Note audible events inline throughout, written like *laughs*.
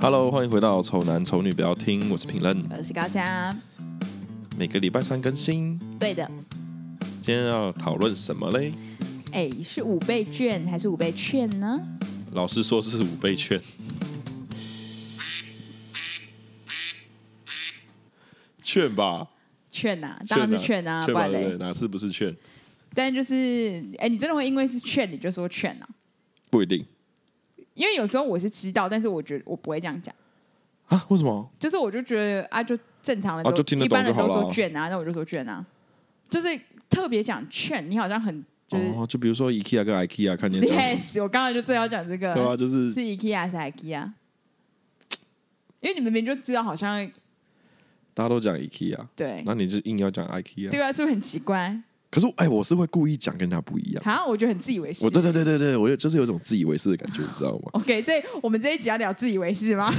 Hello，欢迎回到《丑男丑女不要听》，我是评论，我是高嘉，每个礼拜三更新。对的，今天要讨论什么嘞？哎，是五倍券还是五倍券呢？老师说是五倍券。券吧，券呐、当然是券啊，券不吧，然对不对？嘞。哪次不是券？但就是，哎，你真的会因为是券你就说券啊？不一定因为有时候我是知道，但是我觉得我不会这样讲，啊？为什么？就是我就觉得啊，就正常人都、哦就听得一般懂人就好都了说券啊，那我就说券啊，就是特别讲券，你好像很就是、 *laughs* 哦，就比如说 IKEA 跟 IKEA 看见 yes，我刚刚就正要讲这个，对啊，就是是 IKEA 还是 IKEA？因为你们明明就知道，好像大家都讲 IKEA，对那你就硬要讲 IKEA。对啊，是不是很奇怪？可是哎、我是会故意讲跟人家不一样。好像我觉得很自以为是我。对对对对对，我就就是有一种自以为是的感觉，你知道吗？ OK，这我们这一集要聊自以为 *laughs* 是吗？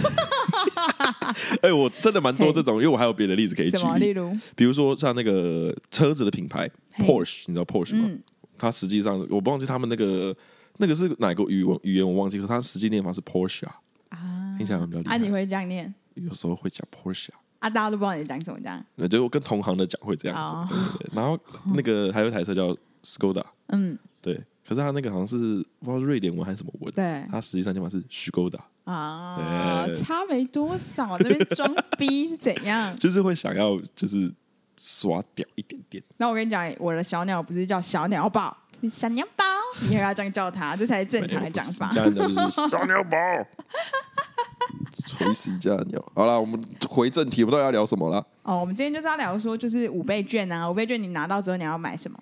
哎、我真的蛮多这种，因为我还有别的例子可以举什么？例例如，啊比如说像那个车子的品牌嘿 Porsche，你知道 Porsche 吗？嗯，它实际上我忘记他们那个那个是哪个语文语言我忘记，可是它实际念法是 Porsche，、啊、啊听起来比较厉啊，害。你会这样念有时候会讲 Porsche，啊啊？大家都不知道你在讲什么，这样，呃就跟同行的讲会这样子。对哦对对然后那个还有一台车叫 Skoda，嗯，对，可是它那个好像是不知道瑞典文还是什么文，对它实际上念法是 Skoda，啊，对？差没多少，那边装逼是怎 *laughs* 样就是会想要就是耍屌一点点。那我跟你讲，我的小鸟不是叫小鸟宝，小鸟宝，你也要这样叫它，这才是正常的讲法。家人就是 *laughs* 小鸟宝，锤死家鸟。好了，我们回正题，我们到底要聊什么啦？哦，我们今天就是要聊说，就是五倍券啊，五倍券你拿到之后你要买什么？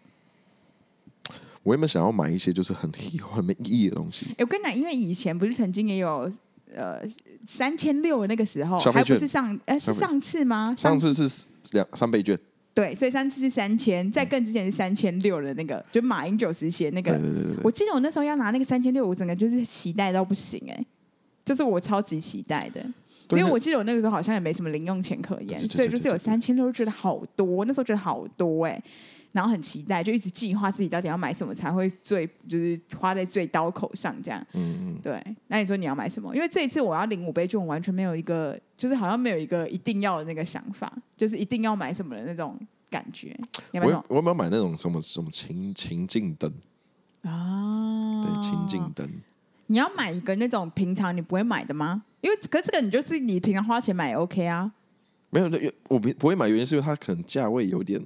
我原本想要买一些就是很很没意义的东西，哎我跟你讲，因为以前不是曾经也有呃三千六的那个时候，消费还不券是上呃是消费上次吗？上次是两三倍券，对，所以三次是三千，在更之前是三千六的那个，就马英九时期的那个。嗯对对对对对，我记得我那时候要拿那个三千六，我整个就是期待到不行哎、就是我超级期待的。因对为我记得我那个时候好像也没什么零用钱可言对对，对所以就是有对对三千六，觉得好多，那时候觉得好多哎、然后很期待，就一直计划自己到底要买什么才会最就是花在最刀口上这样。嗯嗯，对，那你说你要买什么？因为这一次我要领五倍券，我完全没有一个，就是好像没有一个一定要的那个想法，就是一定要买什么的那种感觉。你要买我什有么我有没有买那种什么什么情情境灯？啊？对，情境灯，你要买一个那种平常你不会买的吗？因为可是这个你就是你平常花钱买也 OK 啊。没有，那我不不会买，原因是因为它可能价位有点。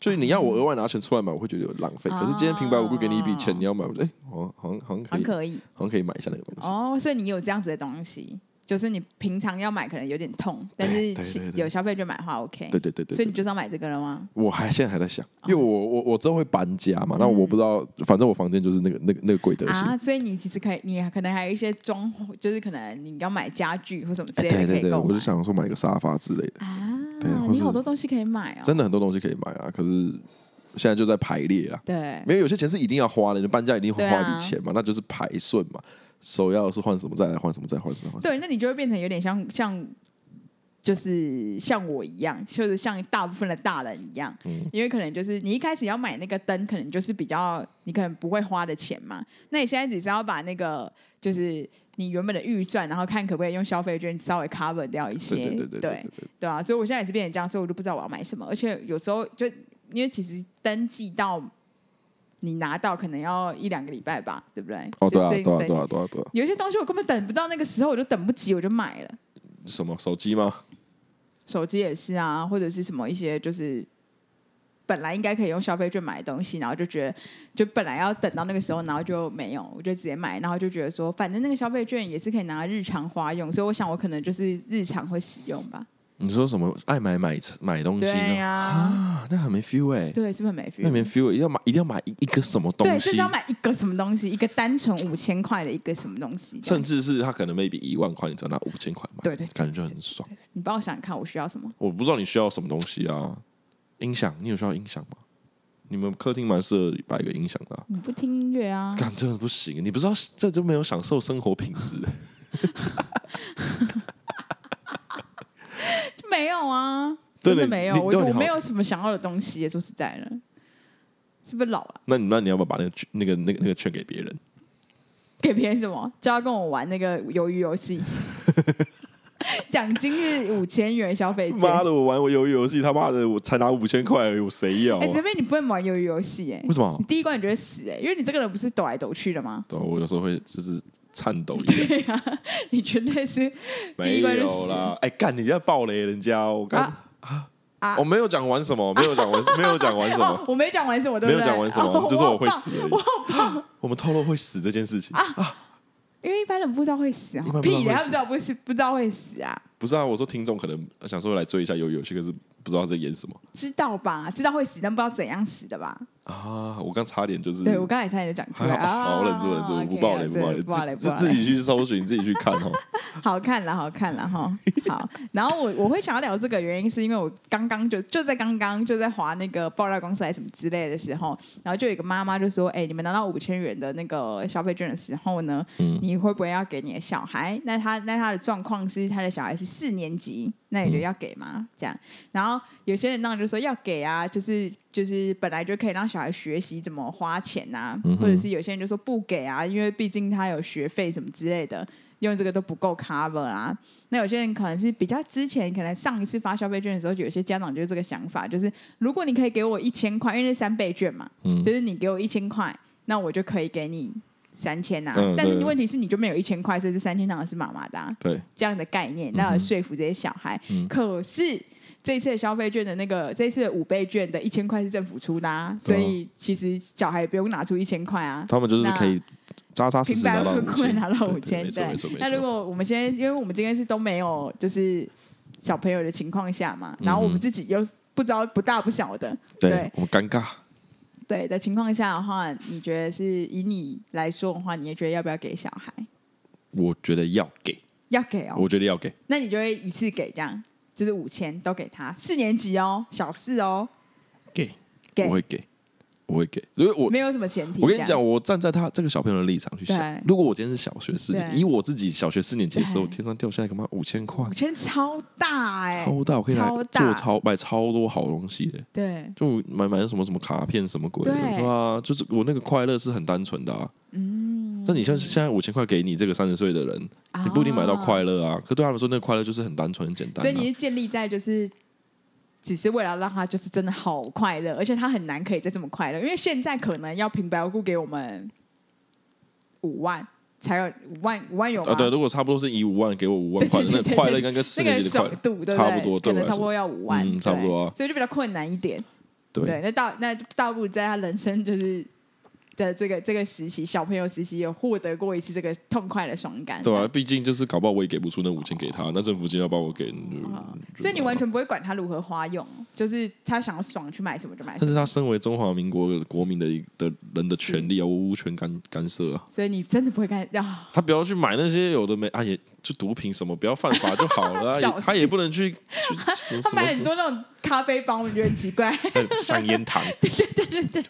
就是你要我额外拿钱出来买，我会觉得有浪哦费。可是今天平白无故给你一笔钱，你要买，我觉得哎，好像好像好像可很以，可以好像可以买一下那个东西。哦，所以你有这样子的东西，就是你平常要买可能有点痛，但是对对是对对有消费券买的话 OK，对对对对，所以你就是要买这个了吗？我还现在还在想，因哦为我我我之后会搬家嘛，那我不知道，反正我房间就是那个那个那个鬼德行嗯啊，，所以你其实可以，你可能还有一些装，就是可能你要买家具或什么之类的、可哎对对以对，购买我就想说买一个沙发之类的，啊对或，你是好多东西可以买哦，真的很多东西可以买啊，可是现在就在排列啊，对没有有些钱是一定要花的，你搬家一定会花对一啊笔钱嘛，那就是排顺嘛，首要是换什么再来换什么再换什么换什么，对，那你就会变成有点像像。就是像我一样，就是像大部分的大人一样，嗯因为可能就是你一开始要买那个灯，可能就是比较你可能不会花的钱嘛。那你现在只是要把那个就是你原本的预算，然后看可不可以用消费券稍微 cover 掉一些，对对对对对对，对啊，所以我现在也是变成这样，所以我就不知道我要买什么。而且有时候就因为其实登记到你拿到可能要一两个礼拜吧，对不对？哦对就啊对这啊等对啊对啊对啊，有一些东西我根本等不到那个时候，我就等不及，我就买了。什么手机吗？手机也是啊，或者是什么一些就是本来应该可以用消费券买的东西，然后就觉得就本来要等到那个时候，然后就没有，我就直接买，然后就觉得说反正那个消费券也是可以拿来日常花用，所以我想我可能就是日常会使用吧。你说什么爱买买买东西对呀、呢？嗯啊，那很没 feel 哎，对，是不是没 feel？那 *laughs* 没 feel，要欸买一定要买一一个什么对，东就是西要。买一个什么东西，一个单纯五千块的一个什么东西。甚至是他可能 maybe 一万块，你只要拿五千块买，对对对感觉就很爽。你帮我想想看，我需要什么？我不知道你需要什么东西啊？音响，你有需要音响吗？你们客厅蛮适合摆一个音响的、啊。你不听音乐啊？干，真的不行，你不知道这就没有享受生活品质。 *laughs* 没有啊，对真的你没有，你我对我你好没有什么想要的东西耶。说实在的，是不是老了？那你那你要不要把那个券那个那个那个券给别人？ *laughs* 给别人什么？叫他跟我玩那个鱿鱼游戏，奖金是五千元消费券。妈的，我玩我鱿鱼游戏，他妈的我才拿五千块而已，我谁要、啊？哎，随便你不会玩鱿鱼游戏哎为，什么你？第一关你就会死哎、因为你这个人不是抖来抖去的吗？ *laughs* 对，啊我有时候会就是颤抖一下，对呀、啊，你绝对是 *laughs* 第没一关就有死啦。哎，干，你在暴雷人家哦，我刚啊啊我没有讲玩什么，没有讲玩， *laughs* 没有讲玩什哦么，，我没讲完什么，对啊没不有对？讲玩什哦么，只是我会死而我已。好啊棒， *laughs* 我们透露会死这件事情，因为一般人不知道会死啊一般，不知道屁会的，死他们知道不是不知道会死啊，不是啊？我说听众可能想说来追一下鱿鱼游戏，可是不知道在演什么知道吧？知道会死，但不知道怎样死的吧？啊！我刚差点就是， *laughs* 对我刚才差点就讲出还来好，啊，好，我忍住，忍住， OK，不暴雷，对不暴雷，不暴自雷，不自暴自雷，己去搜寻，自己去看 *laughs* 哦。好看了，好看 *laughs* 了哈。好，然后我我会想要聊这个原因，是因为我刚刚就就在刚刚就在划那个爆料公司还是什么之类的时候，然后就有一个妈妈就说：“哎、你们拿到五千元的那个消费券的时候呢，嗯你会不会要给你的小孩？那他那他的状况是他的小孩是四年级，那嗯你就要给吗？这样，然后有些人当然就说要给啊，就是就是本来就可以让小孩学习怎么花钱啊，嗯哼或者是有些人就说不给啊，因为毕竟他有学费什么之类的，用这个都不够 cover 啊。那有些人可能是比较之前，可能上一次发消费券的时候，有些家长就是这个想法，就是如果你可以给我一千块，因为是三倍券嘛，嗯就是你给我一千块，那我就可以给你三千呐、啊。嗯但是对问题是你就没有一千块，所以这三千当然是妈妈的啊、对，这样的概念，那要说服这些小孩。嗯可是这次的消费券的那个，这次的五倍券的一千块是政府出的、啊，所对啊以其实小孩也不用拿出一千块啊。他们就是可以扎扎实平实白拿到无五故地千，拿到五对对千，没错没错没那错。如果我们现在，因为我们今天是都没有就是小朋友的情况下嘛，然后我嗯们哼自己又不知道不大不小的，对对，我们尴尬。对的情况下的话，你觉得是以你来说的话，你也觉得要不要给小孩？我觉得要给，要给哦，我觉得要给。那你就会一次给这样，就是五千都给他，四年级哦，小四哦，给，给我会给，我会给，因为我没有什么前提。我跟你这样讲，，我站在他这个小朋友的立场去想对，如果我今天是小学四年，对以我自己小学四年级的时候，对天上掉下来个妈五千块五，千超大哎、超大，我可以拿超大做超买超多好东西的，对，就买买什么什么卡片什么鬼的，对对啊，就是我那个快乐是很单纯的啊。嗯，但你像现在五千块给你这个三十岁的人，你不一定买到快乐、乐啊。可对他们说，那个快乐就是很单纯、很简单啊。哦所以你是建立在就是。只是为了让他就是真的好快乐，而且他很难可以再这么快乐，因为现在可能要平白无故给我们五万，才有五万五万有吗？啊，对，如果差不多是以五万给我五万对块，对那对对快乐应该跟四那年个级的快爽乐度对差不多对对我可能来差不说，多要五万，嗯差不多啊对所以就比较困难一点。对，对，那到那倒不如在他人生就是的这个这个时期，小朋友时期有获得过一次这个痛快的爽感，对啊，毕竟就是搞不好我也给不出那五千给他，那政府今天要把我给，嗯啊就所以你完。全不会管他如何花用，就是他想要爽去买什么就买什但是么。他身为中华民国国民的一的人的权利啊，我无权干干涉啊。所以你真的不会干啊？他不要去买那些有的没啊，也就毒品什么，不要犯法就好了、啊 *laughs* 笑也。死他也不能去去 *laughs* 什他什买很么多那种咖啡包，我觉得很奇怪。香烟 *laughs* 糖。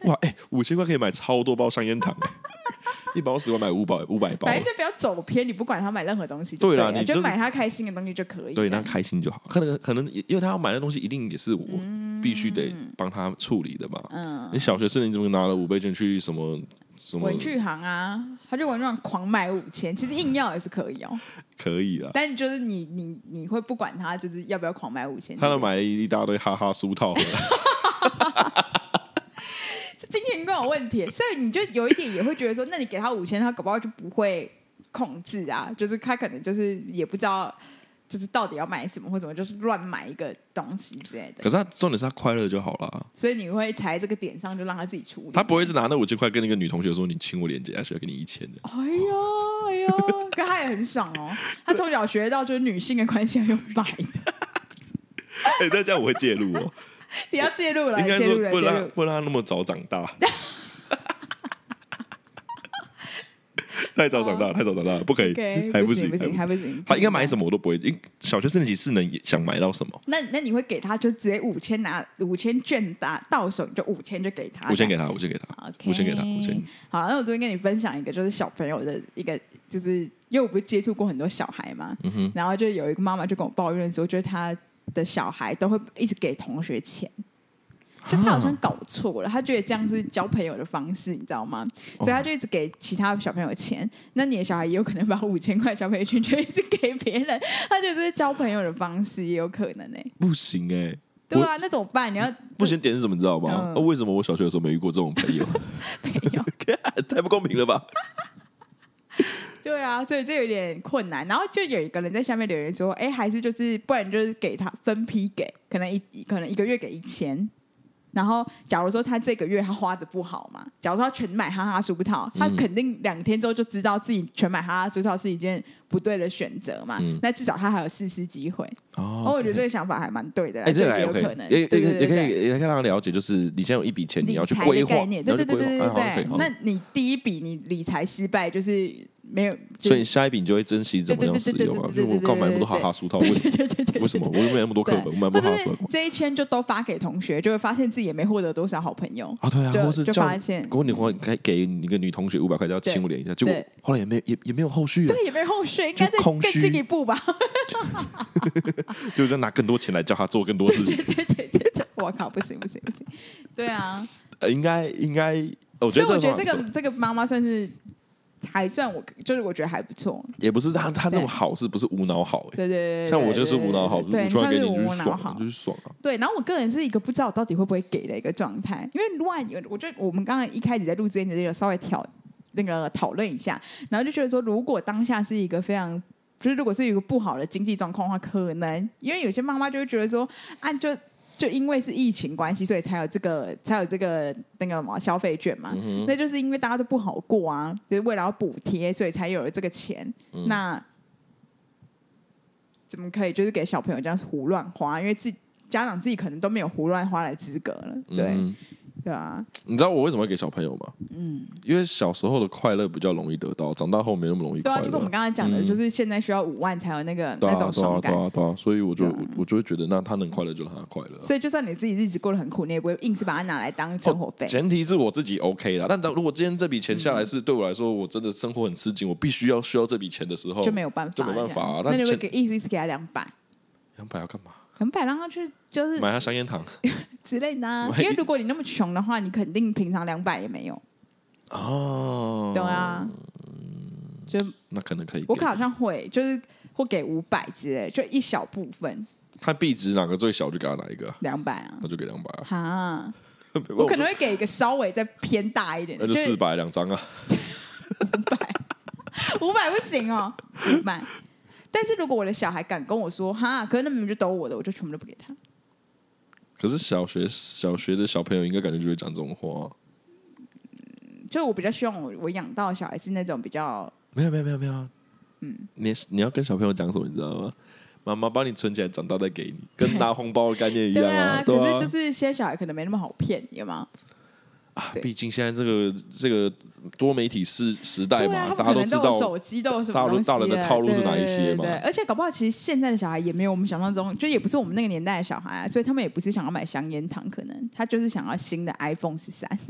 哇，哎、五千块可以买超多包香烟糖、 *laughs* 一包十块买五百五百包反。正就不要走偏，你不管他买任何东西就对啦了，你就是就买他开心的东西就可以了。对，那开心就好。可能可能也，因为他要买的东西，一定也是我必须得帮他处理的嘛。嗯，你小学四年级怎么拿了五倍券去什么什么文？具行啊，他就文具行狂买五千，其实硬要也是可以哦。可以啊，但就是你你你会不管他，就是要不要狂买五千？他都买了一大堆哈哈书套回来。 *laughs* 这金钱观有问题，所以你就有一点也会觉得说，那你给他五千，他搞不好就不会控制啊，就是他可能就是也不知道。就是到底要买什么或什么，就是乱买一个东西之类可的，是他重点是他快乐就好了，所以你会踩在这个点上就让他自己处理。他不会一直拿那五千块跟那个女同学说你亲我脸颊，需要给你一千 *laughs* 的。哎呦哎呦，可他也很爽哦。他从小学到就是女性的关系要用买的， *laughs* 哎，那这样我会介入哦，你要介入了，应该啊介说入了，不介让入。不让他那么早长 *laughs* 大。 *laughs* 太早长大，太早长大，不可以哦 OK，，还不行，不行，还还不行。不行。他应该买什么我都不会，因为小学四年级是能想买到什么，那那你会给他就直接五千拿五千券打到手，你就五千就给他，五千给他，五千给他， OK，五千给他，五千。好，那我这边跟你分享一个，就是小朋友的一个，就是因为我不是接触过很多小孩嘛，嗯哼，然后就有一个妈妈就跟我抱怨说，就是她的小孩都会一直给同学钱，啊就他好像搞错了，他觉得这样是交朋友的方式，你知道吗？哦所以他就一直给其他小朋友钱。那你的小孩也有可能把五千块消费券就一直给别人，他觉得这是交朋友的方式，也有可能呢、不行哎、对啊，那怎么办？你要不行点是什么你知道吗？啊嗯为什么我小学的时候没遇过这种朋友？没有？太不公平了吧？对啊，所以这有点困难。然后就有一个人在下面留言说：“哎，还是就是，不然就是给他分批给，可能一可能一个月给一千。然后假如说他这个月他花的不好嘛，假如说他全买哈哈薯条，嗯他肯定两天之后就知道自己全买哈哈薯条是一件不对的选择嘛。嗯那至少他还有试试机会。哦，哦我觉得这个想法还蛮对的啦，哎，这这个个还也有 OK，可能，也也对对也对可以对。也可以让他了解，就是你现在有一笔钱，你要去理财规的划，概你念，要对去对对规划，对哎好像对可以对。好那像你第一笔你理财失败，就是没有，就所以你下一笔你就会珍惜怎么样使用啊？就对对对对对对我刚买那么多哈哈书套，为什对对对对，么为什么我又没有那么多课对，本，我买不或到哈者哈是书套这一圈就都发给同学，就会发现自己也没获得多少好朋 *laughs* 友。啊？对啊，就或是就叫发现如果你给给给你一个女同学五百块，叫对亲我脸一下，结果对后来也没有也也没有后续了，对，也没后续，应该就再空更虚进一步吧。 *laughs* 就是要拿更多钱来叫她做更多事情，我靠，不行不行不行，对啊，呃应该应该， *laughs* 哦我所觉以得我这觉个方法不得这个错这个妈妈算是还算我，就是我觉得还不错。也不是她她那种对好是不是无脑好哎？对对对，对像我就是无脑好，对，我你赚算给是你就无是脑爽啊，好就。是爽啊。对，然后我个人是一个不知道我到底会不会给的一个状态，因为乱有，我觉得我们刚刚一开始在录之前就有稍微挑那个讨论一下，然后就觉得说，如果当下是一个非常。就是如果是有一个不好的经济状况的话，可能因为有些妈妈就会觉得说，啊，就就因为是疫情关系，所以才有这个才有这个那个什么消费券嘛，那就是因为大家都不好过啊，就是为了要补贴，所以才有了这个钱。那怎么可以就是给小朋友这样胡乱花？因为自己家长自己可能都没有胡乱花的资格了，对、嗯对啊，你知道我为什么会给小朋友吗？嗯，因为小时候的快乐比较容易得到，长大后没那么容易对快乐。啊，就是我们刚才讲的，嗯就是现在需要五万才有那个、对那啊，种对啊，对爽感。啊，对啊，所以我就对啊我我就会觉得，那他能快乐就让他快乐啊。所以，就算你自己日子过得很苦，你也不会硬是把它拿来当生活费。前提是我自己 OK 啦，但当如果今天这笔钱下来嗯是对我来说，我真的生活很吃紧，我必须要需要这笔钱的时候，就没有办法，就没办法啊这样那那你会现给意思意思给他两百，两百要干嘛？两百让他去就是买他香烟糖之类的、啊。万一因为如果你那么穷的话，你肯定平常两百也没有，哦，嗯对，啊。就那可能可以给。我好像会，就是会给五百之类，就一小部分看币值哪个最小就给他哪一个啊，两百啊。那就给两百啊。哈， *laughs* 没办法嗯我可能会给一个稍微再偏大一点，那就四百两张啊， *laughs* 五百不行哦，五百。但是如果我的小孩敢跟我说哈，可是那明明就都我的，我就全部都不给他。可是小学小学的小朋友应该感觉就会讲这种话啊。就我比较希望我我养到的小孩是那种比较没有没有没有没有啊，嗯，你你要跟小朋友讲什么，你知道吗？妈妈帮你存起来，长大再给你，跟拿红包的概念一样对啊，对可是就是现在小孩可能没那么好骗，有吗？啊，对毕竟现在这个这个多媒体时时代对嘛，啊，大家他们都可知能都有道手机，都有什大么陆东西大人的了套路是对哪一些嘛对对对而且搞不好其实现在的小孩也没有我们想象中，就也不是我们那个年代的小孩、啊，所以他们也不是想要买香烟糖，可能他就是想要新的 iPhone 十三。 *laughs*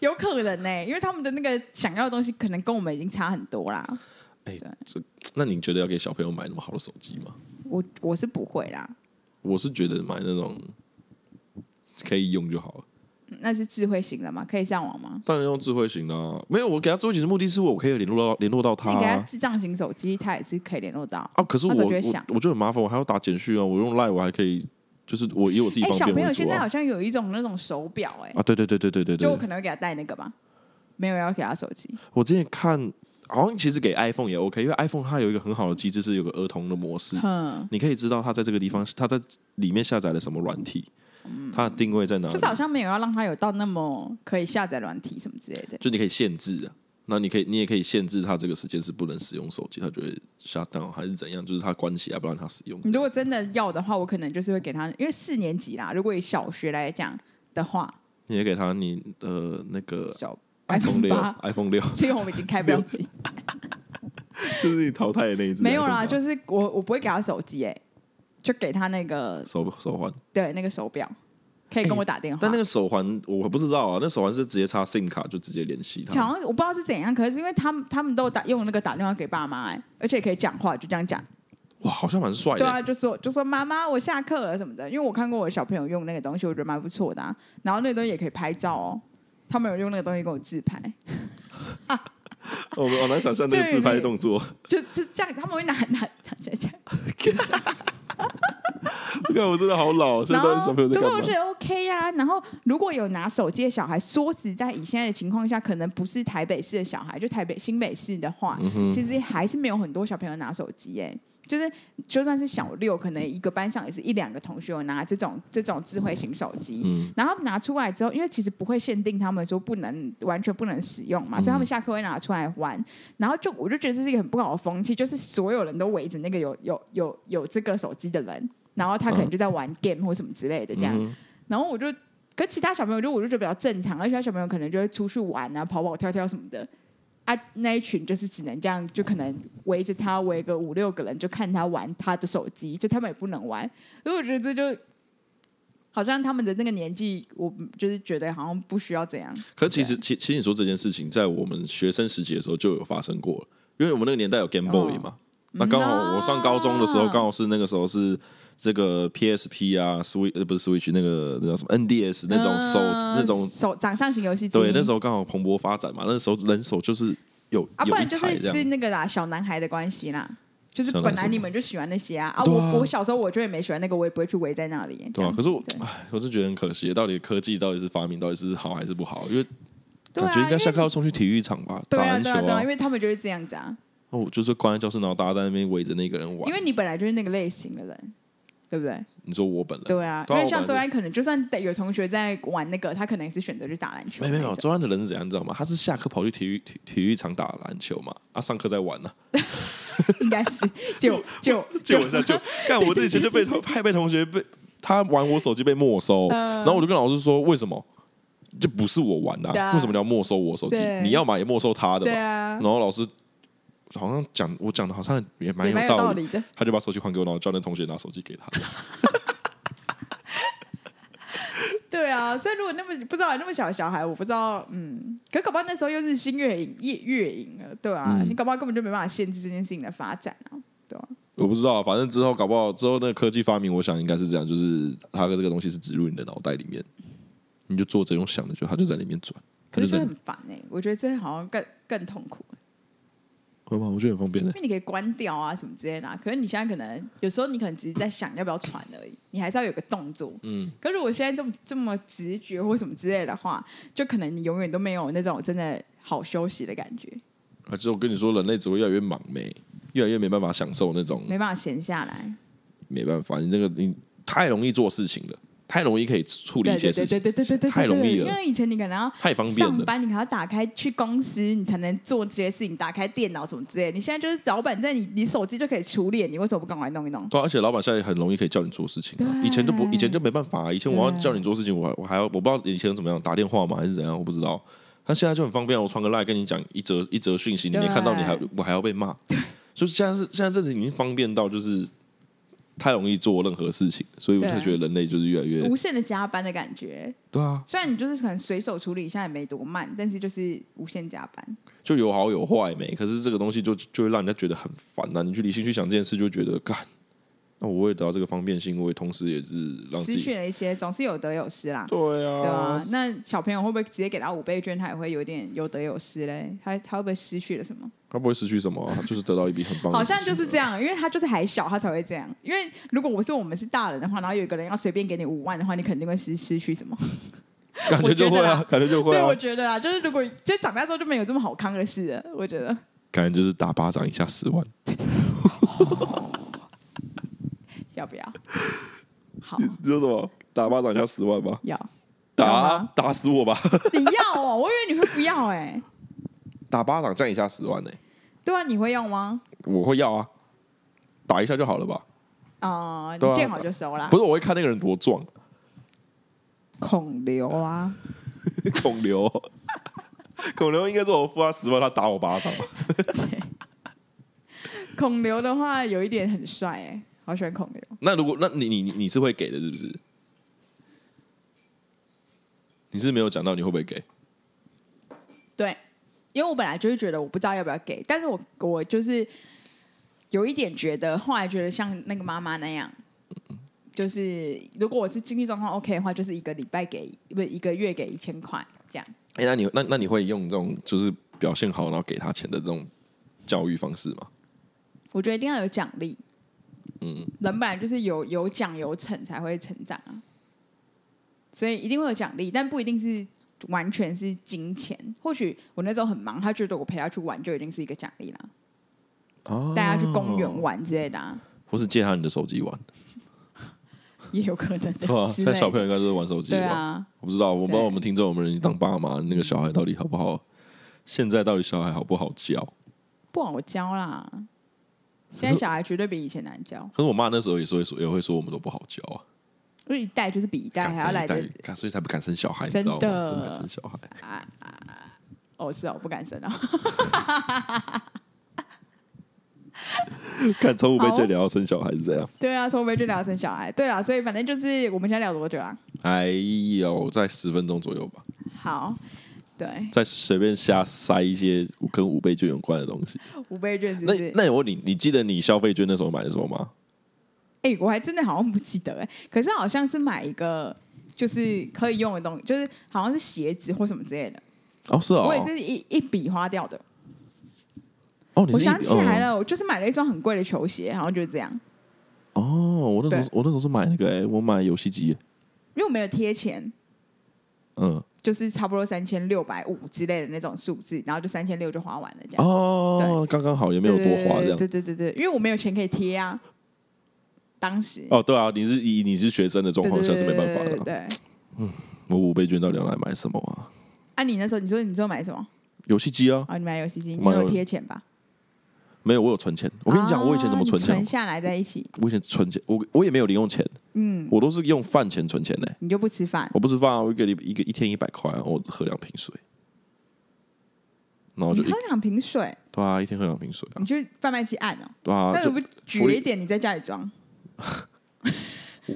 有可能呢、因为他们的那个想要的东西，可能跟我们已经差很多啦。那你觉得要给小朋友买那么好的手机吗？我我是不会啦，我是觉得买那种可以用就好了。那是智慧型的嘛，可以上网吗？当然用智慧型啦、没有我给他智慧型的目的是我可以联络到联络到他那你给他啊。智障型手机，他也是可以联络到。啊可是我他我总觉得想我就很麻烦，我还要打简讯啊，我用 Line 我还可以，就是我以我自己哎、方小便朋友为现主在好啊。像有一种那种手表、哎、啊，对对对对对对对，就我可能会给他带那个吧，没有要给他手机。我之前看，好像其实给 iPhone 也 OK，因为 iPhone 它有一个很好的机制，是有个儿童的模式，嗯，你可以知道它在这个地方，它在里面下载了什么软体，嗯它的定位在哪里，就是好像没有要让他有到那么可以下载软体什么之类的。就你可以限制啊。那你可以，你也可以限制它这个时间是不能使用手机，它就会下档还是怎样，就是它关起来不让它使用。你如果真的要的话，我可能就是会给他，因为四年级啦，如果以小学来讲的话，你也给它你呃那个小 iPhone 六八， ，iPhone 六， *laughs* 因为我们已经开不了机，就是你淘汰的那一只。没有啦， iPhone 八就是我我不会给他手机，哎，就给他那个手手环，对那个手表，可以跟我打电话。哎但那个手环我不知道啊，那手环是直接插 SIM 卡就直接联系它。好像我不知道是怎样，可是因为他们他们都打用那个打电话给爸妈、哎，而且可以讲话，就这样讲。哇，好像蛮帅对的。啊，就说就说妈妈，我下课了什么的，因为我看过我小朋友用那个东西，我觉得蛮不错的、啊。然后那个东西也可以拍照哦，他们有用那个东西跟我自拍， *laughs* 我们好难想象那个对自拍对动作， *laughs* 就就这样，他们会拿拿拿起来这样，这个啊我真的好老，现在然到底后小朋友在就是干我觉嘛？得 OK 呀、然后如果有拿手机的小孩，说实在，以现在的情况下，可能不是台北市的小孩，就台北新北市的话，嗯哼其实还是没有很多小朋友拿手机耶、就是就算是小六，可能一个班上也是一两个同学有拿这种这种智慧型手机。嗯然后他们拿出来之后，因为其实不会限定他们说不能完全不能使用嘛，所以他嗯们下课会拿出来玩。然后就我就觉得这是一个很不好的风气，就是所有人都围着那个有有有有这个手机的人，然后他可能就在玩 game 或什么之类的这样。嗯然后我就跟其他小朋友就我就觉得比较正常，而且他小朋友可能就会出去玩啊，跑跑跳跳什么的。啊，那一群就是只能这样，就可能围着他围个五六个人，就看他玩他的手机，就他们也不能玩。所以我觉得这就好像他们的那个年纪，我就是觉得好像不需要这样。可其实，其其实你说这件事情，在我们学生时期的时候就有发生过了，因为我们那个年代有 Game Boy 嘛。那刚好我上高中的时候，哦嗯啊刚好是那个时候是这个 PSP 啊，Switch 呃不是 Switch 那个那叫什么 NDS 那种手、嗯那种手掌上型游戏机，对，那时候刚好蓬勃发展嘛，那时候人手就是有、啊，有不一然就是台这是样。那个啦，小男孩的关系啦，就是小男本来生你们就喜欢那些啊啊，对啊我我小时候我就也没喜欢那个，我也不会去围在那里。这对啊，样可是我对，唉，我是觉得很可惜，到底科技到底是发明到底是好还是不好？因为对啊感觉应该下课要冲去体育场吧，对打啊篮球对啊对啊，因为他们就是这样子啊，哦，我就是关在教室，然后大家在那边围着那个人玩。因为你本来就是那个类型的人，对不对？你说我本人，对啊，因对啊为我像本周来安可能就算有同学在玩那个，他可能也是选择去打篮球没那有一没种。有，周安的人是怎样，你知道吗？他是下课跑去体育体体育场打篮球嘛，啊， *laughs* 上课在玩呢、应该是就 *laughs* 就借我一下 *laughs* 就，干我这以前就被同还被同学被他玩我手机被没收，嗯然后我就跟老师说为什么？这不是我玩的、对啊为什么你要没收我手机？对你要嘛也没收他的对嘛。啊然，后老师好像讲我讲的好像也蛮也有蛮道道理，理的。他就把手机还给我，然后叫那同学拿手机给他。对啊，所以如果那么不知道那么小的小孩，我不知道，嗯，可搞不好那时候又日新月异，夜月影了，对啊，嗯你搞不好根本就没办法限制这件事情的发展啊，对啊，我不知道，反正之后搞不好之后那个科技发明，我想应该是这样，就是它的这个东西是植入你的脑袋里面，你就坐着用想的，就它就在里面转，它可就是在就里很烦哎、我觉得这好像更更痛苦，会吗？我觉得很方便的因。为你可以关掉啊什么之类的、啊，可是你现在可能有时候你可能只是在想要不要传而已，你还是要有个动作，嗯，可是我现在这么这么直觉或什么之类的话，就可能你永远都没有那种真的好休息的感觉，啊，就是我跟你说，人类只会越来越忙没，越来越没办法享受那种，没办法闲下来，没办法，你这个你太容易做事情了，太容易可以处理对一些对事对情，对对对对对，太容易了因为以前你可能要。太方便上了。班你还要打开去公司，你才能做这些事情，打开电脑什么之类的。你现在就是老板在你你手机就可以处理，你为什么不赶快弄一弄？对啊，而且老板现在也很容易可以叫你做事情、啊，对以前就不，以前就没办法、啊。以前我要对叫你做事情，我还我还要我不知道以前怎么样打电话嘛，还是怎样，我不知道。但现在就很方便，我传个 line 跟你讲一则一则讯息，你没对看到你还我还要被骂。就是现在是现在这已经方便到就是太容易做任何事情，所以我对才觉得人类就是越来越无限的加班的感觉，对啊，虽然你就是可能随手处理一下也没多慢，但是就是无限加班。就有好有坏没。可是这个东西就就会让人家觉得很烦啊呐、你去理性去想这件事，就会觉得干。那我为了得到这个方便性，我也同时也是让自失去己了一些，总是有得有失啦。对啊，对啊，那小朋友会不会直接给他五倍券，他也会有点有得有失嘞？他他会不会失去了什么？他不会失去什么啊、他就是得到一笔很棒的。好像就是这。样，因为他就是还小，他才会这样。因为如果我是我们是大人的话，然后有一个人要随便给你五万的话，你肯定会失失去什么？感觉就会啊，感觉就会对，我啊，觉得啊，就是如果就长大之后就没有这么好康的事了，我觉得感觉就是打巴掌一下十万，*laughs* 要不要？好，你说什么？打巴掌一下十万吗？要打要啊吗打死我吧！你要哦，我以为你会不要哎、打巴掌占一下十万呢、对啊，你会要吗？我会要啊，打一下就好了吧？啊、对啊你见好就收啦不，是，我会看那个人多壮，孔刘啊，孔刘，孔刘应该是我付他十万，他打我巴掌吧？孔刘的话有一点很帅哎、好喜欢孔刘。那如果那你你你你是会给的，是不是？你是没有讲到你会不会给？对，因为我本来就是觉得我不知道要不要给，但是我我就是有一点觉得，后来觉得像那个妈妈那样，就是如果我是经济状况 OK 的话，就是一个礼拜给不是一个月给一千块这样。哎、那你那那你会用这种就是表现好然后给他钱的这种教育方式吗？我觉得一定要有奖励，嗯，人本来就是有有奖有惩才会成长啊，所以一定会有奖励，但不一定是完全是金钱。或许我那时候很忙，他觉得我陪他去玩就已经是一个奖励啦，哦带他去公园，玩之类的、啊、或是借他你的手机玩，也有可能的对吧？ *laughs* 之 *laughs* 现类在的。小朋友应该都是玩手机对吧？啊，我不知道，我不知道对我们听众有没有人当爸妈，那个小孩到底好不好？现在到底小孩好不好教？不好教啦。现可是在小孩绝对比以前难教，可是我妈那时候也说也会说我们都不好教啊，因为一代就是比一代啊还要来敢的一代敢所以才不敢生小孩，你知道吗？真真的的不敢生小孩。哦，是哦，我不敢生啊。 *laughs* 看从五被这聊到生小孩是这样，对啊，从没就聊生小孩。对啦，所以反正就是我们现在聊多久啊？哎呦，在十分钟左右吧，好，对，再随便瞎塞一些跟五倍券有关的东西。五倍券是那不是？那我问你，你记得你消费券那时候买的什么吗？哎、我还真的好像不记得哎、可是好像是买一个就是可以用的东西，就是好像是鞋子或什么之类的。哦，是哦我，也是一一笔花掉的。哦，你我是想起来哦了，我就是买了一双很贵的球鞋，好像就是这样，哦，我那时候对我那时候是买那个，哎，我买游戏机，因为我没有贴钱。嗯，就是差不多三千六百五之类的那种数字，然后就三千六就花完了，这样、哦，刚刚好，也没有多花这样。对对对对，对因为我没有钱可以贴啊，当时哦，对啊，你是以你是学生的状况下是没办法对对对的。对对对我五倍券到底要来买什么啊？啊，你那时候你说你说买什么？游戏机啊，哦，你买游戏机，你买有游贴钱吧？没有，我有存钱。我跟你讲，啊我以前怎么存你钱？下来在一起，我以前存钱，我我也没有零用钱，嗯，我都是用饭钱存钱呢。你就不吃饭，我不吃饭啊，我一个礼一个一天一百块啊，我喝两瓶水，然后你就一喝两瓶水，对啊，一天喝两瓶水啊你，去贩卖机按哦，对啊，那就你不福举利一点，你在家里装，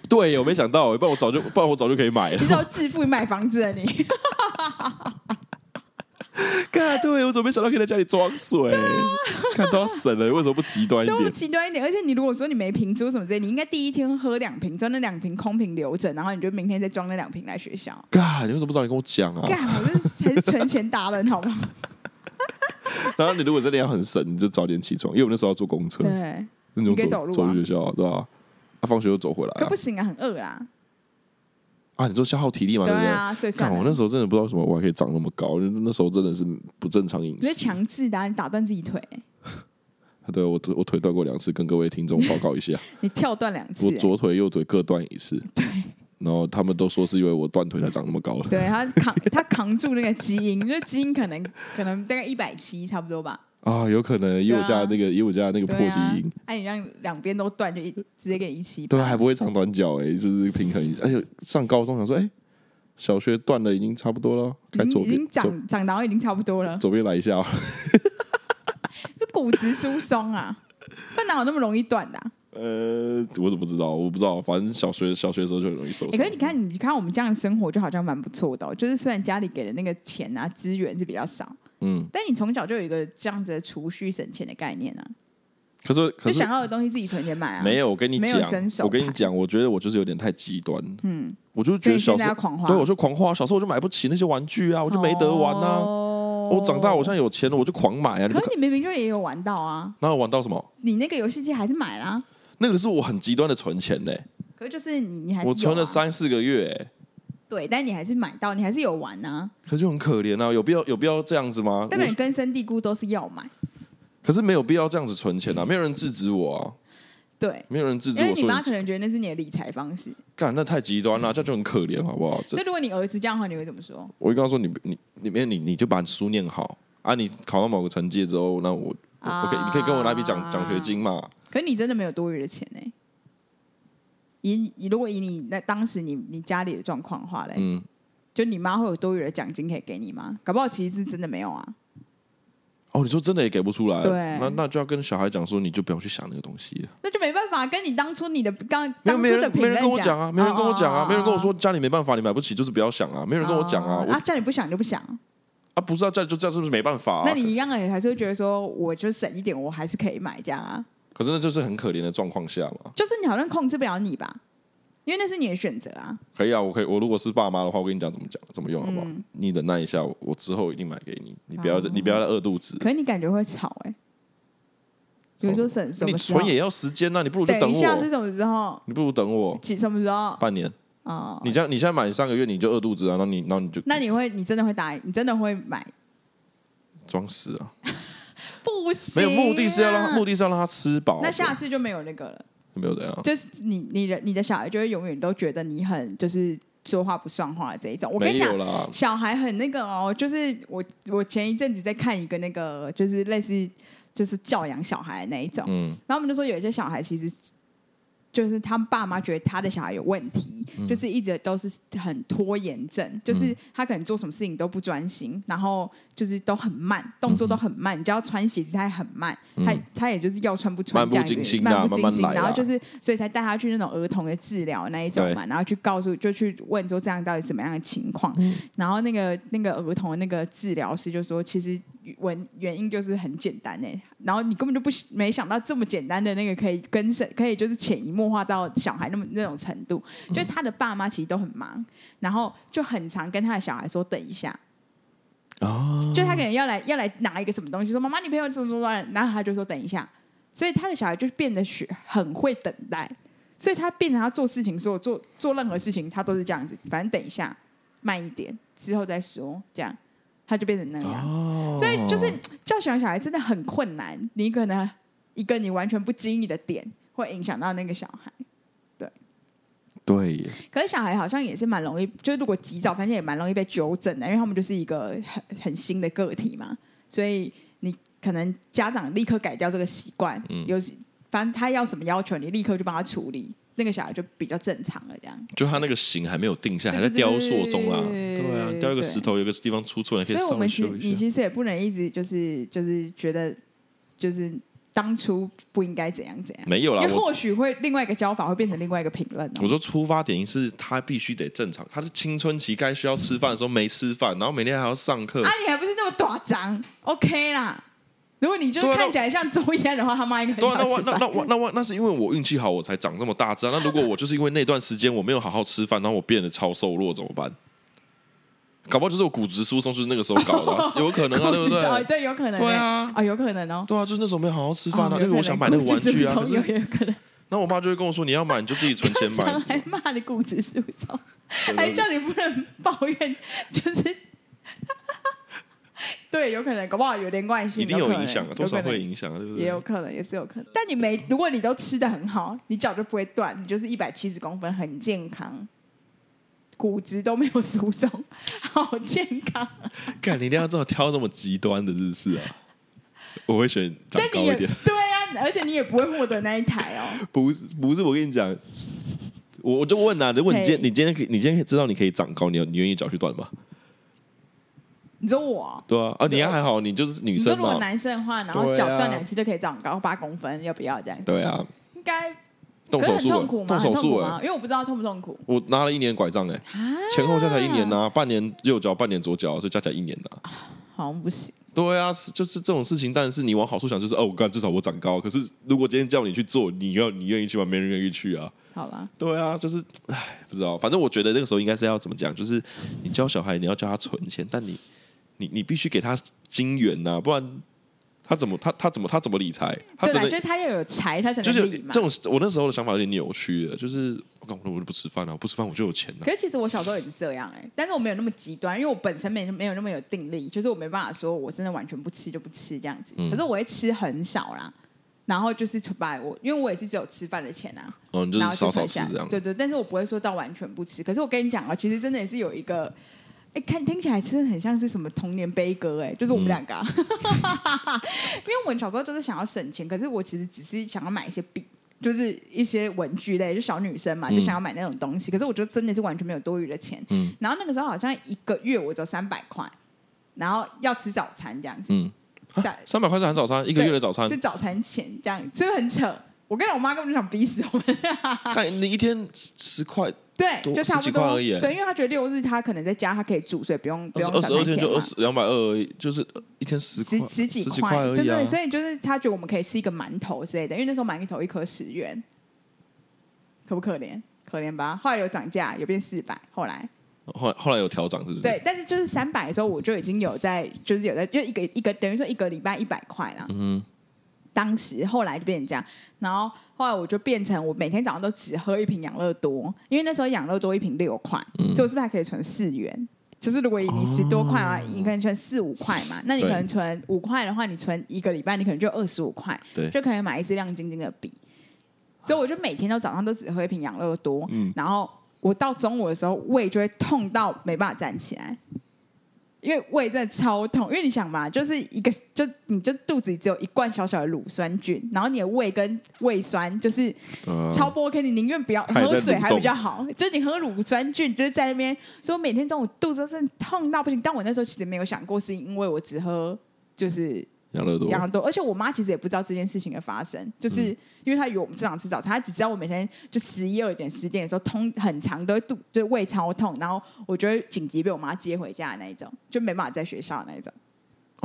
对，我没想到，不然我早就不然我早就可以买 *laughs* 你知道了。致富买房子了你，看，对我怎么没想到可以在家里装水？啊 *laughs* 看都要省了，为什么不极端一都点？极端一点，而且你如果说你没瓶租什么之类，你应该第一天喝两瓶，装那两瓶空瓶留着，然后你就明天再装那两瓶来 *laughs* 学校。干，你为什么不早点跟我讲啊？干，我这才是存钱达人，好吗？ *laughs* 然后你如果真的要很省，你就早点起床，因为我那时候要坐公车，对，那种你可以走走路啊去学校、啊，对吧、啊？放学又走回来可啊不！行啊，很饿啦。啊你说消耗体力嘛，对不对？啊，所以算看了。我那时候真的不知道为什么我还可以长那么高，因为那时候真的是不正常饮你是食。强制的、啊，你打断自己腿，对啊我腿我腿断过两次，跟各位听众报告一 *laughs* 下，你跳断两次、我欸左腿右腿各断一次。对。然后他们都说是因为我断腿才长那么高的。对他扛他扛住那个基因，那基因可能 *laughs* 可能大概一百七差不多吧。啊，有可能以我家的那个以我家的那个对破啊基因，，哎、你让两边都断，就一直接给你一七八。对啊，还不会长短脚哎、就是平衡一下。而且上高中想说，哎、小学断了已经差不多了，已该经左已边经左长长到已经差不多了，左边来一下哦、就骨质疏 *laughs* 松啊，那哪有那么容易断的啊、呃，我怎么不知道？我不知道，反正小学小学的时候就很容易受欸伤。可是你看，你看我们这样的生活就好像蛮不错的、哦，就是虽然家里给的那个钱啊资源是比较少，嗯，但你从小就有一个这样子的储蓄省钱的概念啊，可是可就是想要的东西自己存钱买啊。没，有，我跟你没讲有伸，手我跟你牌讲，我觉得我就是有点太极端。嗯，我就觉所得以你小现时候在要，狂花，对我就狂花，小时候我就买不起那些玩具啊，我就没得玩啊。哦我长大我现在有钱了，我就狂买啊。你不可可是你明明就也有玩到啊，哪有玩到什么？你那个游戏机还是买啦、那个是我很极端的存钱嘞、可是就是你你还是、啊我存了，三四个月、欸，对，但你还是买到，你还是有玩啊，可就很可怜啊，有必要有必要这样子吗？代表你我根深蒂固都是要买，可是没有必要这样子存钱啊，没有人制止我啊，对。没有人制止因为我你说妈你可能觉得那是你的理财方式，干那太极端了、啊这样就很可怜好不好？这所以如果你儿子这样的话，你会怎么说？我就跟他说你你里面你你就把书念好啊，你考到某个成绩之后，那我我啊我可以你可以跟我拿一笔奖奖学金嘛？可你真的没有多余的钱呢、以以如果以你那当时你你家里的状况的话嘞，嗯，就你妈会有多余的奖金可以给你吗？搞不好其实是真的没有啊。哦，你说真的也给不出来，对那那就要跟小孩讲说，你就不要去想那个东西了。那就没办法，跟你当初你的刚没有当没初的人评没人论跟我讲啊，没人跟我讲啊，没人跟我，哦说家里没办法，你买不起，就是不要想啊，没哦哦人跟我讲啊，哦我啊，叫你不想就不想，啊不知道这样就这样是不是没办法啊？那你一样也还是会觉得说，我就省一点，我还是可以买这样啊。可是那就是很可怜的状况下嘛。就是你好像控制不了你吧，因为那是你的选择啊。可以啊，我可以，我如果是爸妈的话，我跟你讲怎么讲，怎么用好不好？你忍耐一下，我我之后一定买给你，你不要再、你不要再饿肚子。可是你感觉会吵哎、比如说什什你么时候存？也要时间呐、你不如就等等一下是我，什么时候？你不如等我几什么时候？半年。哦，你这样，你现在买三个月你就饿肚子啊，那你那你就那你会你真的会答应？你真的会买？装死啊？不行、没啊，有目的是要让他目的是要让他吃饱的。那下次就没有那个了。没有怎样？就是你你的你的小孩就会永远都觉得你很就是说话不算话的这一种。我跟没你讲有，啦，小孩很那个哦，就是我我前一阵子在看一个那个就是类似就是教养小孩的那一种，嗯，然后我们就说有一些小孩其实。就是他们爸妈觉得他的小孩有问题，嗯就是一直都是很拖延症，就是他可能做什么事情都不专心，然后就是都很慢，动作都很慢。你就要穿鞋子，他也很慢，他嗯他也就是要穿不穿，漫不经心啊漫不经心。慢慢来啊然后就是，所以才带他去那种儿童的治疗那一种嘛，然后去告诉，就去问说这样到底怎么样的情况。然后那个那个儿童的那个治疗师就说，其实原原因就是很简单哎、然后你根本就不没想到这么简单的那个可以跟谁可以就是潜移默化到小孩那么那种程度，就是他的爸妈其实都很忙，然后就很常跟他的小孩说等一下，啊，就他可能要来要来拿一个什么东西，说妈妈你陪我怎么怎么怎么，然后他就说等一下，所以他的小孩就变得学很会等待，所以他变成他做事情所有做做任何事情他都是这样子，反正等一下慢一点之后再说，这样他就变成那样。哦所以就是教小小孩真的很困难，你可能一个你完全不经意的点会影响到那个小孩。对耶，可是小孩好像也是蛮容易，就是如果及早发现也蛮容易被纠正的，因为他们就是一个很很新的个体嘛，所以你可能家长立刻改掉这个习惯，嗯有时反正他要什么要求，你立刻就帮他处理，那个小孩就比较正常了，这样。就他那个形还没有定下，对还在对对雕塑中啊。对对对啊，雕一个石头，有个地方出错，你可所以稍我微们其修实一你下。其实也不能一直就是就是觉得就是当初不应该怎样怎样，没有啦，因为我或许会另外一个教法会变成另外一个评论哦我。说出发点是他必须得正常，他是青春期该需要吃饭的时候没吃饭，然后每天还要上课啊，，你还不是那么短张，OK 啦。如果你就是对啊那看起来像周一安的话，他妈应该很对啊，那想我吃那那饭。我那我那是因为我运气好，我才长这么大只啊。那如果我就是因为那段时间我没有好好吃饭，然后我变得超瘦弱，怎么办？搞不好就是我骨质疏松，就是那个时候搞的 *laughs* 啊、有可能啊，对不哦，对？对，有可能欸，对啊哦，有可能哦。对啊，就是那时候没有好好吃饭哦啊，有因为我可想能买那个玩具啊。骨可质疏松是，有有可能。那我妈就会跟我说，你要买你就自己存钱 *laughs* 买。还骂你骨质疏松，对啊还对对哎叫你不能抱怨，就是， *laughs* 对，有可能，搞不好有连贯性，一定有可能影响啊，多少会，影响啊，对有可不能对也有？可能，也是有可能。但你没，如果你都吃的很好，你脚就不会断，你就是一百七十公分，很健康，骨质都没有疏松，好健康。干，你一定要这么挑这么极端的日式啊！我会选长但高你也一点。 *laughs* 对啊，而且你也不会获得那一台哦。不是不是，我跟你讲，我我就问啊，如果你今天嘿你今天可以你今天可以知道你可以长高，你有你愿意脚去断吗？你说我，对啊，啊，你还好，你就是女你说生如果嘛，男生的话，然后对啊脚断两次就可以长高八公分，要不要这样？对，啊，应该动可是手很术痛苦了，吗？动手很痛术苦吗了，？因为我不知道痛不痛苦我拿了一年拐杖哎，啊。前后加起来一年呐，半年右脚，半年左脚，所以加起来一年呐。好像不行。对啊，是就是这种事情，但是你往好处想，就是哦，我干，至少我长高。可是如果今天叫你去做，你要你愿意去吗？没人愿意去啊。好啦，对啊，就是唉，不知道，反正我觉得那个时候应该是要怎么讲，就是你教小孩你要教他存钱，但你你你必须给他金元呐、不然他怎么他他怎么他怎么理财？他对真啦，的就是他要有财，他才就是有能理嘛这。种，我那时候的想法有点扭曲了，就是我干我我就不吃饭啊了、我不吃饭我就有钱了、可是其实我小时候也是这样哎、但是我没有那么极端，因为我本身没没有那么有定力，就是我没办法说我真的完全不吃就不吃这样子。可是我会吃很少啦，然后就是把我，因为我也是只有吃饭的钱啊，哦，你就然是后少存少下吃来这样。对对，但是我不会说到完全不吃。可是我跟你讲啊，其实真的也是有一个，哎，看听起来真的很像是什么童年悲歌，哎，嗯就是我们两个、啊， *laughs* 因为我小时候就是想要省钱，可是我其实只是想要买一些笔。就是一些文具类，就小女生嘛，嗯就想要买那种东西。可是我就真的是完全没有多余的钱。嗯然后那个时候好像一个月我只有三百块，然后要吃早餐这样子，嗯，啊三三百块是含早餐，一个月的早餐是，早餐钱这样，是不是很扯？我跟你讲，我妈根本就想逼死我们。但你一天十十块，对，多就差十几不块多而已欸对，因为他觉得六日他可能在家他可以住，所以不用不用二十二赚太天就钱二嘛十两百二而已，就是一天十十块十几几块，而对已啊对，。所以就是他觉得我们可以吃一个馒头之类的，因为那时候馒头一颗十元，可不可怜？可怜吧。后来有涨价，有变四百，后来后来后来有调涨是不是？对，但是就是三百的时候，我就已经有在，就是有在，就一个一个等于说一个礼拜一百块啦。嗯当时后来就变成这样，然后后来我就变成我每天早上都只喝一瓶养乐多，因为那时候养乐多一瓶六块，所以我是不是还可以存四元？就是如果你十多块啊，你可能存四五块嘛，那你可对能存五块的话，你存一个礼拜，你可能就二十五块，对就可以买一支亮晶晶的笔。所以我就每天都早上都只喝一瓶养乐多，嗯然后我到中午的时候胃就会痛到没办法站起来，因为胃真的超痛。因为你想嘛，就是一个就你就肚子里只有一罐小小的乳酸菌，然后你的胃跟胃酸就是对啊，超不 OK，你宁愿不要还在喝水蠕还动比较好，就是你喝乳酸菌就是在那边，所以我每天中午肚子真的痛到不行。但我那时候其实没有想过，是因为我只喝就是养乐多养很多，而且我妈其实也不知道这件事情的发生，就是因为她以为我们正常吃早餐，她只知道我每天就十一二点、十点的时候，通很长都会肚就胃超痛，然后我就会紧急被我妈接回家的那一种，就没办法在学校的那一种。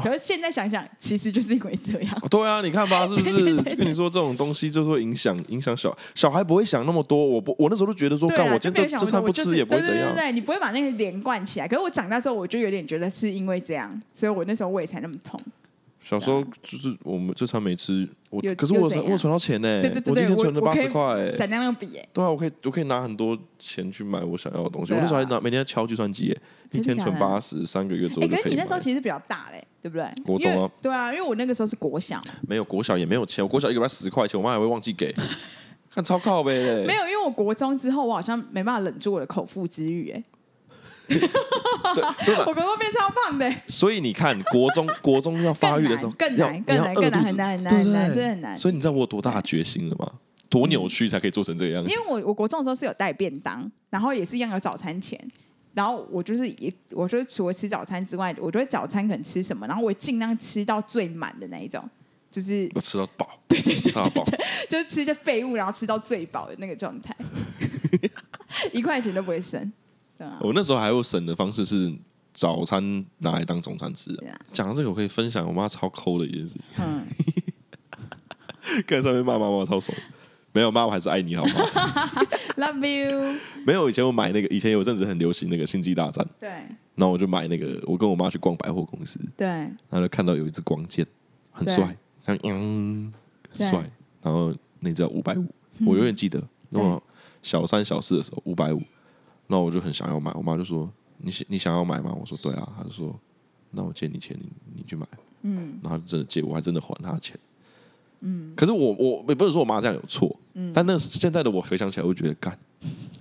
可是现在想想，其实就是因为这样，哦对啊，你看吧，是不是？ *laughs* 对对对跟你说这种东西就是会影响影响小小孩不会想那么多。我不，我那时候就觉得说，对干啊，我今就没天有这这想过餐我不就吃是也不会对怎对样对。对，你不会把那个连贯起来。可是我长大之后，我就有点觉得是因为这样，所以我那时候胃才那么痛。小时候就是我们这餐没吃，我有可是我又怎存样我有存到钱呢、对对我今对对，天我存了我八可以十块欸。闪亮亮笔耶，对啊，我可以我可以拿很多钱去买我想要的东西。对啊我那时候还拿每天在敲计算机、欸，一真的天存假的八十，三个月左哎，右就可是可你以那时候买。其实比较大嘞，对不对？国中啊因为，对啊，因为我那个时候是国小，没有国小也没有钱，我国小一个礼拜十块钱，我妈还会忘记 *laughs* 给，看超靠欸呗嘞。没有，因为我国中之后，我好像没办法忍住我的口腹之欲，哎， *laughs* 对对吧？我国中变超胖的，所以你看，国 *laughs* 中国中要发育的时候，更要难更难你要更饿肚难子更难很难对不很难对真的很难所以你知道我有多大的决心了吗？多扭曲才可以做成这个样因子？为我我国中的时候是有带便当，然后也是一样有早餐钱。然后我就是也，我就是除了吃早餐之外，我就会早餐可能吃什么，然后我尽量吃到最满的那一种，就是 *laughs* 我吃到饱，对对吃到饱。就是吃着废物，然后吃到最饱的那个状态， *laughs* 一块钱都不会省，对啊，我那时候还有省的方式是早餐拿来当中餐吃对啊啊。讲到这个，我可以分享我妈超抠的一件事， *laughs* 嗯，看上面骂妈妈超爽。没有妈，我还是爱你，好不 *laughs* 好？ Love you。没有，以前我买那个，以前有阵子很流行那个星际大战，对然后我就买那个，我跟我妈去逛百货公司，对，然后就看到有一支光剑，很对帅，像嗯，很对帅。然后那只要五百五，我永远记得，那我小三小四的时候五百五，那我就很想要买，我妈就说：“你想你想要买吗？”我说：“对啊。”她就说：“那我借你钱，你你去买。”嗯，然后她就真的借我，还真的还她钱。嗯，可是我我也不能说我妈这样有错，嗯，但那现在的我回想起来，我就觉得干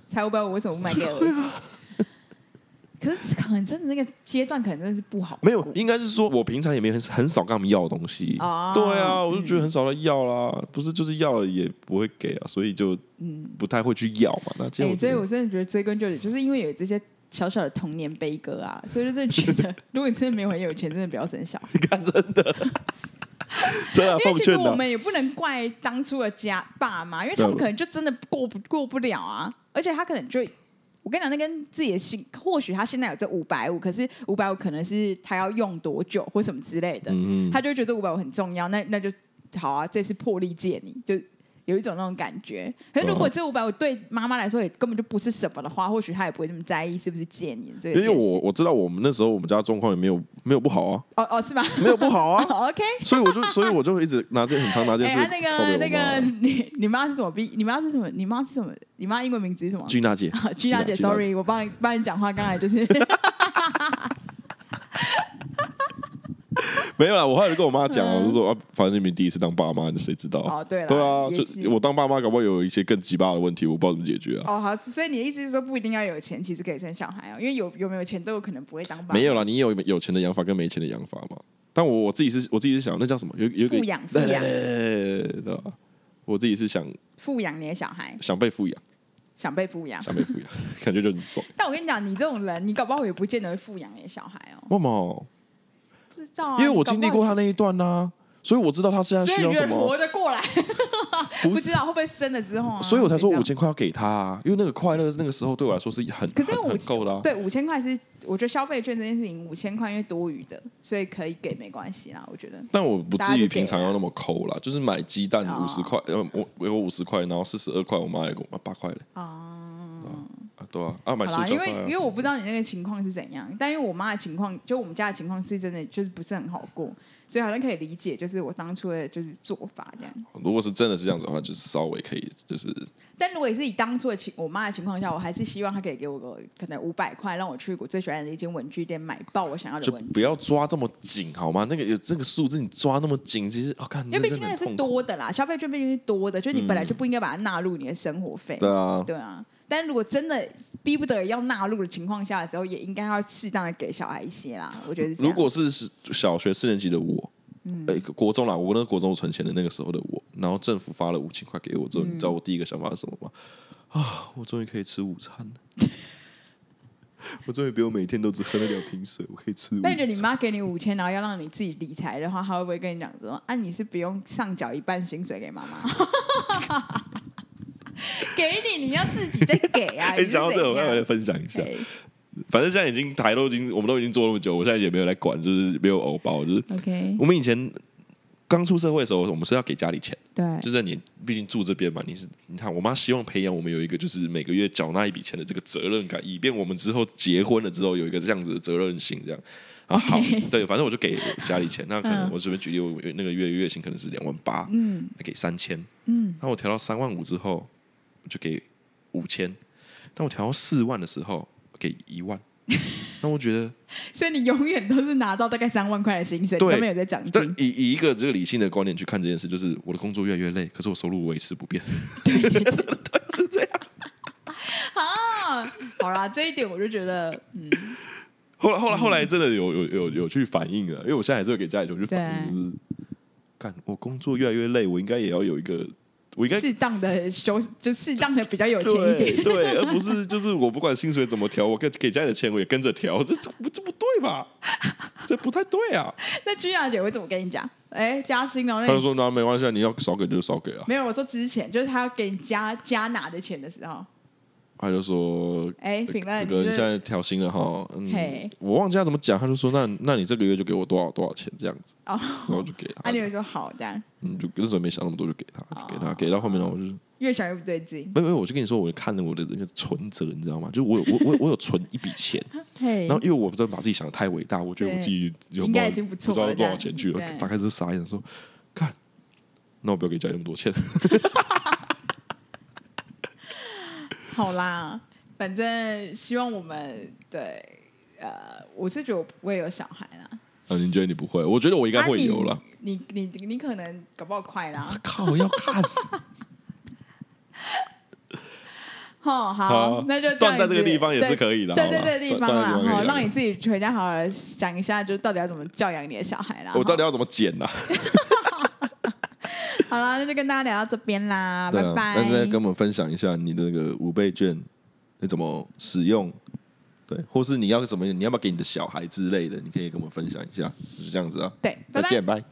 才五百五，为什么不买给儿子？可是可能真的那个阶段，可能真的是不好没有，应该是说我平常也没很很少跟他们要东西。哦对啊，我就觉得很少在要啦，不是就是要了也不会给啊，所以就不太会去要嘛。那这嗯哎、样、所 *laughs* 以我真的觉得追根究底，就是因为有这些小小的童年悲歌 *laughs* 啊，所以就真的觉得，如果你真的没有很有钱，真的不要生小孩。你看真的，真的 *laughs* 啊因奉为其实劝我的。们也不能怪当初的家爸妈，因为他们可能就真的过不过不了啊，而且他可能就。我跟你讲，那跟自己的心，或许他现在有这五百五，可是五百五可能是他要用多久或什么之类的，嗯，他就会觉得五百五很重要，那那就好啊，这次破例借你，就有一种那种感觉。可是如果这五百五对妈妈来说也根本就不是什么的话，或许她也不会这么在意是不是借你这个因件为事。我我知道我们那时候我们家状况也没有没有不好啊，哦哦是 *laughs* 吧、没有不好啊， o k 所以我就所以我就一直拿这很长拿这哎、事啊那靠北个那我妈个，你你妈是什么逼？你妈是什么？你妈是什么？你妈英文名字是什么？居 *laughs* 娜姐啊，居大姐居娜，sorry，我帮你帮你讲话，刚才 *laughs* 就是没有啦，我后来就跟我妈讲啊，我就说啊，反正你们第一次当爸妈，谁知道？嗯哦对啦对啊，也是就我当爸妈，搞不好有一些更鸡巴的问题，我不知道怎么解决啊。哦好，所以你的意思是说不一定要有钱，其实可以生小孩哦，因为有有没有钱都有可能不会当爸妈，没有啦，你有有钱的养法跟没钱的养法嘛？但我我自己是我自己是想，那叫什么？有有一个富养对富养对对对对对吧？我自己是想富养你的小孩，想被富养，想被富养。想被富养， *laughs* 感觉就很爽。但我跟你讲，你这种人，你搞不好也不见得会富养你的小孩哦。为毛？不知道啊、因为我你搞经不好历过他那一段呐、啊所以我知道他现在所需以要你什觉得活么，着过来，不不知道会不会生了之后啊？所以我才说谁知道五千块要给他、啊，因为那个快乐那个时候对我来说是很可是很很5000够的、啊。对，五千块是我觉得消费券这件事情，五千块因为多余的，所以可以给没关系啦。我觉得但我不大家至就于给平常了要那么抠啦，就是买鸡蛋哦五十块，呃，我我有五十块，然后四十二块，我妈也给我买八块嘞，哦，啊，对啊，啊，买好塑啦，胶因袋为啊因为我不知道你那个情况是怎样，但因为我妈的情况，就我们家的情况是真的就是不是很好过，所以好像可以理解，就是我当初的就是做法这样。如果是真的是这样子的话，就是稍微可以，就是但如果也是以当初的情我妈的情况下，我还是希望她可以给我个可能五百块，让我去我最喜欢的一间文具店买爆我想要的就文具。不要抓这么紧，好吗？那个有这个数字你抓那么紧，其实哦，看，因为毕竟真的那很个是痛苦嗯多的啦，消费券毕竟是多的，就是你本来就不应该把它纳入你的生活费。对啊，对啊，但如果真的逼不得已要纳入的情况下的时候，也应该要适当的给小孩一些啦。我觉得是这样嗯如果是是小学四年级的我，呃，国中啦，我那个国中存钱的那个时候的我，然后政府发了五千块给我之后，你知道嗯我第一个想法是什么吗？啊，我终于可以吃午餐了， *laughs* 我终于不用每天都只喝那两瓶水，我可以吃午但你觉餐。得你妈给你五千，然后要让你自己理财的话，她会不会跟你讲说啊，你是不用上缴一半薪水给妈妈？ *laughs* 给你，你要自己再给啊！ *laughs* 哎你是讲到这个，我怎要样来分享一下。哎反正现在已经台都已经，我们都已经做那么久，我现在也没有来管，就是没有欧包，就是 OK，我们以前刚出社会的时候，我们是要给家里钱。对，就是你毕竟住这边嘛，你是你看，我妈希望培养我们有一个就是每个月缴纳一笔钱的这个责任感，以便我们之后结婚了之后有一个这样子的责任心这样。啊，好， *laughs* 对，反正我就给家里钱，那可能嗯我随便举例，我那个月月薪可能是两万八，嗯给三千，嗯，那我调到三万五之后，我就给五千，那我调到四万的时候我给一 *laughs* 万，那我觉得所以你永远都是拿到大概三万块的薪水，你对都没有在涨但薪。以以一个这个理性的观点去看这件事，就是我的工作越来越累，可是我收入维持不变。 *laughs* 啊， *laughs* 好啦，这一点我就觉得，嗯，后来后来后来真的有有有有去反应了，因为我现在还是会给家里头去反应，啊对就是干我工作越来越累，我应该也要有一个，我应该适当的休，就适当的比较有钱一点。 *laughs* 对对，而不是就是我不管薪水怎么调，我给给家里的钱我也跟着调，这这不这不对 *laughs* 吧？这不太对啊！那君雅姐会怎么跟你讲？哎，加薪哦，他那就你说那没关系，啊，你要少给就少给 *laughs* 啊。没有，我说之前就是他给你加加拿的钱的时候，他就说。哎，评那论个就你现是在调薪了哈，嗯嘿，我忘记他怎么讲，他就说那那你这个月就给我多少多少钱这样子，哦， *laughs* 然后我就给啊，他你，会说好这样，嗯，就那时候没想那么多，就给他，就给他，给到后面呢，哦我就是越想越不对劲。没有，没有，我就跟你说，我看了我的那个存折，你知道吗？就是我有我我我有存一笔钱， *laughs* 嘿然后因为我真的把自己想的太伟大，我觉得我自己有应该多少已经不不错知道了多这少样钱去了，对大概就傻眼说，看，那我不要给家里那么多钱， *laughs* *laughs* 好啦，反正希望我们对呃，我是觉得我不会有小孩啦，啊，你觉得你不会？我觉得我应该啊会有 *laughs* 了。。你你你你可能搞不好快啦。 *laughs* 靠，要看哦，好好，那就断样在这个子地方也是对可以的对好对吧对，地断方断在地啦，方可以哈，的让你自己回家好好地想一下，就是到底要怎么教养你的小孩啦。 *laughs* 我到哈底要怎么减啊呢？好啦，那就跟大家聊到这边啦，对拜啊，拜。那再跟我们分享一下你的那个五倍券，你怎么使用？对，或是你要什么？你要不要给你的小孩之类的？你可以跟我们分享一下，就是这样子啊。对，再拜拜。见，拜。